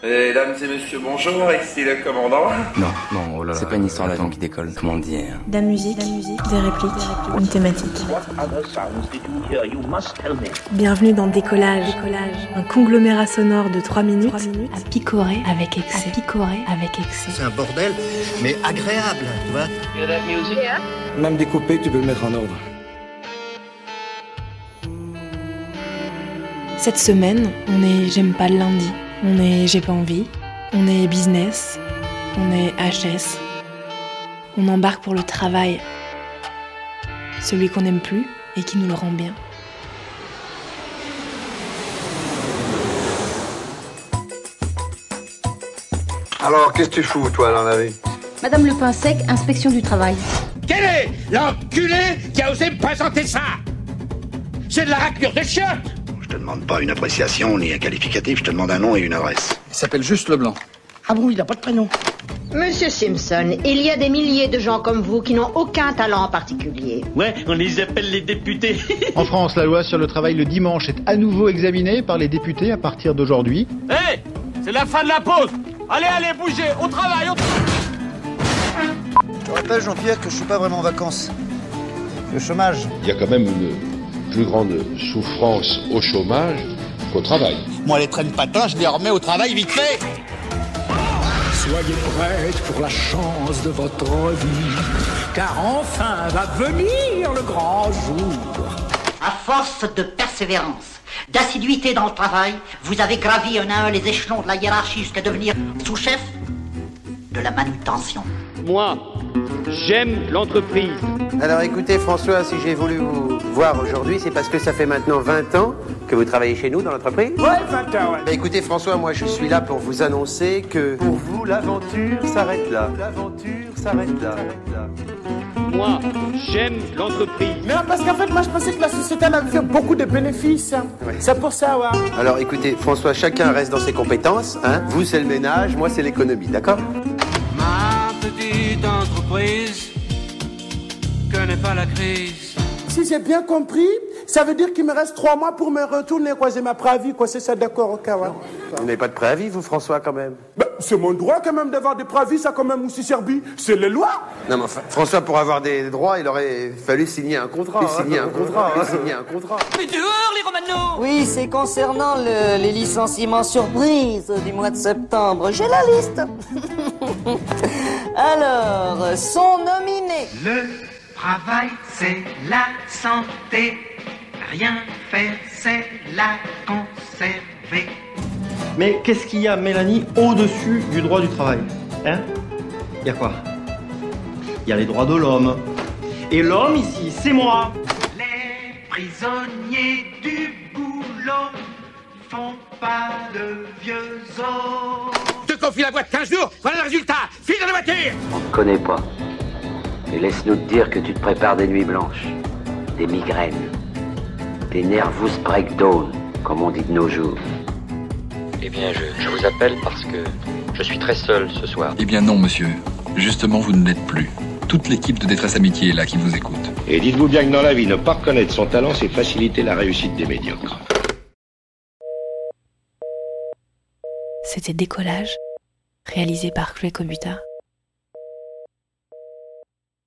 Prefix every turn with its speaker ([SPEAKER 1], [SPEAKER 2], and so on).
[SPEAKER 1] Mesdames et messieurs, bonjour, ici le commandant.
[SPEAKER 2] Non, non, oh là là.
[SPEAKER 3] C'est pas une histoire
[SPEAKER 2] attends. hein.
[SPEAKER 3] d'avion qui décolle. Comment dire
[SPEAKER 4] De la musique, des répliques, une thématique.
[SPEAKER 5] What other sounds did you hear? You must tell me.
[SPEAKER 4] Bienvenue dans Décollage, un conglomérat sonore de 3 minutes,
[SPEAKER 6] à picorer avec excès, à picorer avec excès.
[SPEAKER 7] C'est un bordel, mais agréable, tu vois.
[SPEAKER 8] Même découpé, tu peux le mettre en ordre.
[SPEAKER 6] Cette semaine, on est j'aime pas le lundi, on est j'ai pas envie, on est business, on est HS. On embarque pour le travail, celui qu'on n'aime plus et qui nous le rend bien.
[SPEAKER 9] Alors, qu'est-ce que tu fous, toi, dans la vie
[SPEAKER 10] Madame Le Pain Sec, inspection du travail.
[SPEAKER 11] Quel est l'enculé qui a osé me présenter ça C'est de la raclure de chiottes
[SPEAKER 12] Je te demande pas une appréciation ni un qualificatif, je te demande un nom et une adresse.
[SPEAKER 13] Il s'appelle juste Leblanc.
[SPEAKER 14] Ah bon, il n'a pas de prénom.
[SPEAKER 15] Monsieur Simpson, il y a des milliers de gens comme vous qui n'ont aucun talent en particulier.
[SPEAKER 16] Ouais, on les appelle les députés.
[SPEAKER 17] En France, la loi sur le travail le dimanche est à nouveau examinée par les députés à partir d'aujourd'hui.
[SPEAKER 11] Hé C'est la fin de la pause Allez, allez, bougez Au travail, au
[SPEAKER 7] Je te rappelle, Jean-Pierre, que je suis pas vraiment en vacances. Le chômage.
[SPEAKER 18] Il y a quand même une plus grande souffrance au chômage qu'au travail.
[SPEAKER 19] Moi, les trains de patins, je les remets au travail vite fait
[SPEAKER 20] Soyez prête pour la chance de votre vie, car enfin va venir le grand jour.
[SPEAKER 2] À force de persévérance, d'assiduité dans le travail, vous avez gravi un à un les échelons de la hiérarchie jusqu'à devenir sous-chef de la manutention.
[SPEAKER 1] Moi, j'aime l'entreprise.
[SPEAKER 6] Alors écoutez François, si j'ai voulu vous voir aujourd'hui, c'est parce que ça fait maintenant 20 ans que vous travaillez chez nous dans l'entreprise
[SPEAKER 20] Ouais, 20 ans, ouais.
[SPEAKER 6] Bah écoutez François, moi je suis là pour vous annoncer que pour vous l'aventure s'arrête là. L'aventure s'arrête là.
[SPEAKER 1] Moi, j'aime l'entreprise.
[SPEAKER 20] Non, parce qu'en fait, moi je pensais que la société elle avait fait beaucoup de bénéfices.
[SPEAKER 6] Ouais.
[SPEAKER 20] C'est pour ça, ouais.
[SPEAKER 6] Alors écoutez François, chacun reste dans ses compétences. Hein vous c'est le ménage, moi c'est l'économie, d'accord
[SPEAKER 3] Ma petite entreprise connaît pas la crise.
[SPEAKER 20] Si j'ai bien compris, ça veut dire qu'il me reste trois mois pour me retourner, quoi. J'ai ma préavis, quoi. C'est ça, d'accord, ok, ouais.
[SPEAKER 6] Vous n'avez pas de préavis, vous François quand même
[SPEAKER 20] Ben, c'est mon droit quand même d'avoir des préavis, ça quand même, aussi Serbie. C'est les lois.
[SPEAKER 6] Non, mais enfin, François, pour avoir des droits, il aurait fallu signer un contrat. hein. signer un contrat. hein. signer un contrat.
[SPEAKER 3] Mais dehors les Romano
[SPEAKER 21] Oui, c'est concernant le- les licenciements surprises du mois de septembre. J'ai la liste. Alors, sont nominés
[SPEAKER 22] Le travail, c'est la santé. Rien faire, c'est la conserver.
[SPEAKER 19] Mais qu'est-ce qu'il y a, Mélanie, au-dessus du droit du travail Hein Il y a quoi Il y a les droits de l'homme. Et l'homme ici, c'est moi.
[SPEAKER 22] Les prisonniers du boulot font pas de vieux os.
[SPEAKER 11] Je te confie la boîte 15 jours, voilà le résultat File dans la voiture
[SPEAKER 3] On te connaît pas. Et laisse-nous te dire que tu te prépares des nuits blanches, des migraines, des nervous breakdowns, comme on dit de nos jours.
[SPEAKER 23] Eh bien, je, je vous appelle parce que je suis très seul ce soir.
[SPEAKER 13] Eh bien non, monsieur. Justement, vous ne l'êtes plus. Toute l'équipe de Détresse Amitié est là qui vous écoute.
[SPEAKER 12] Et dites-vous bien que dans la vie, ne pas reconnaître son talent, c'est faciliter la réussite des médiocres.
[SPEAKER 6] C'était Décollage, réalisé par Chloé Cobuta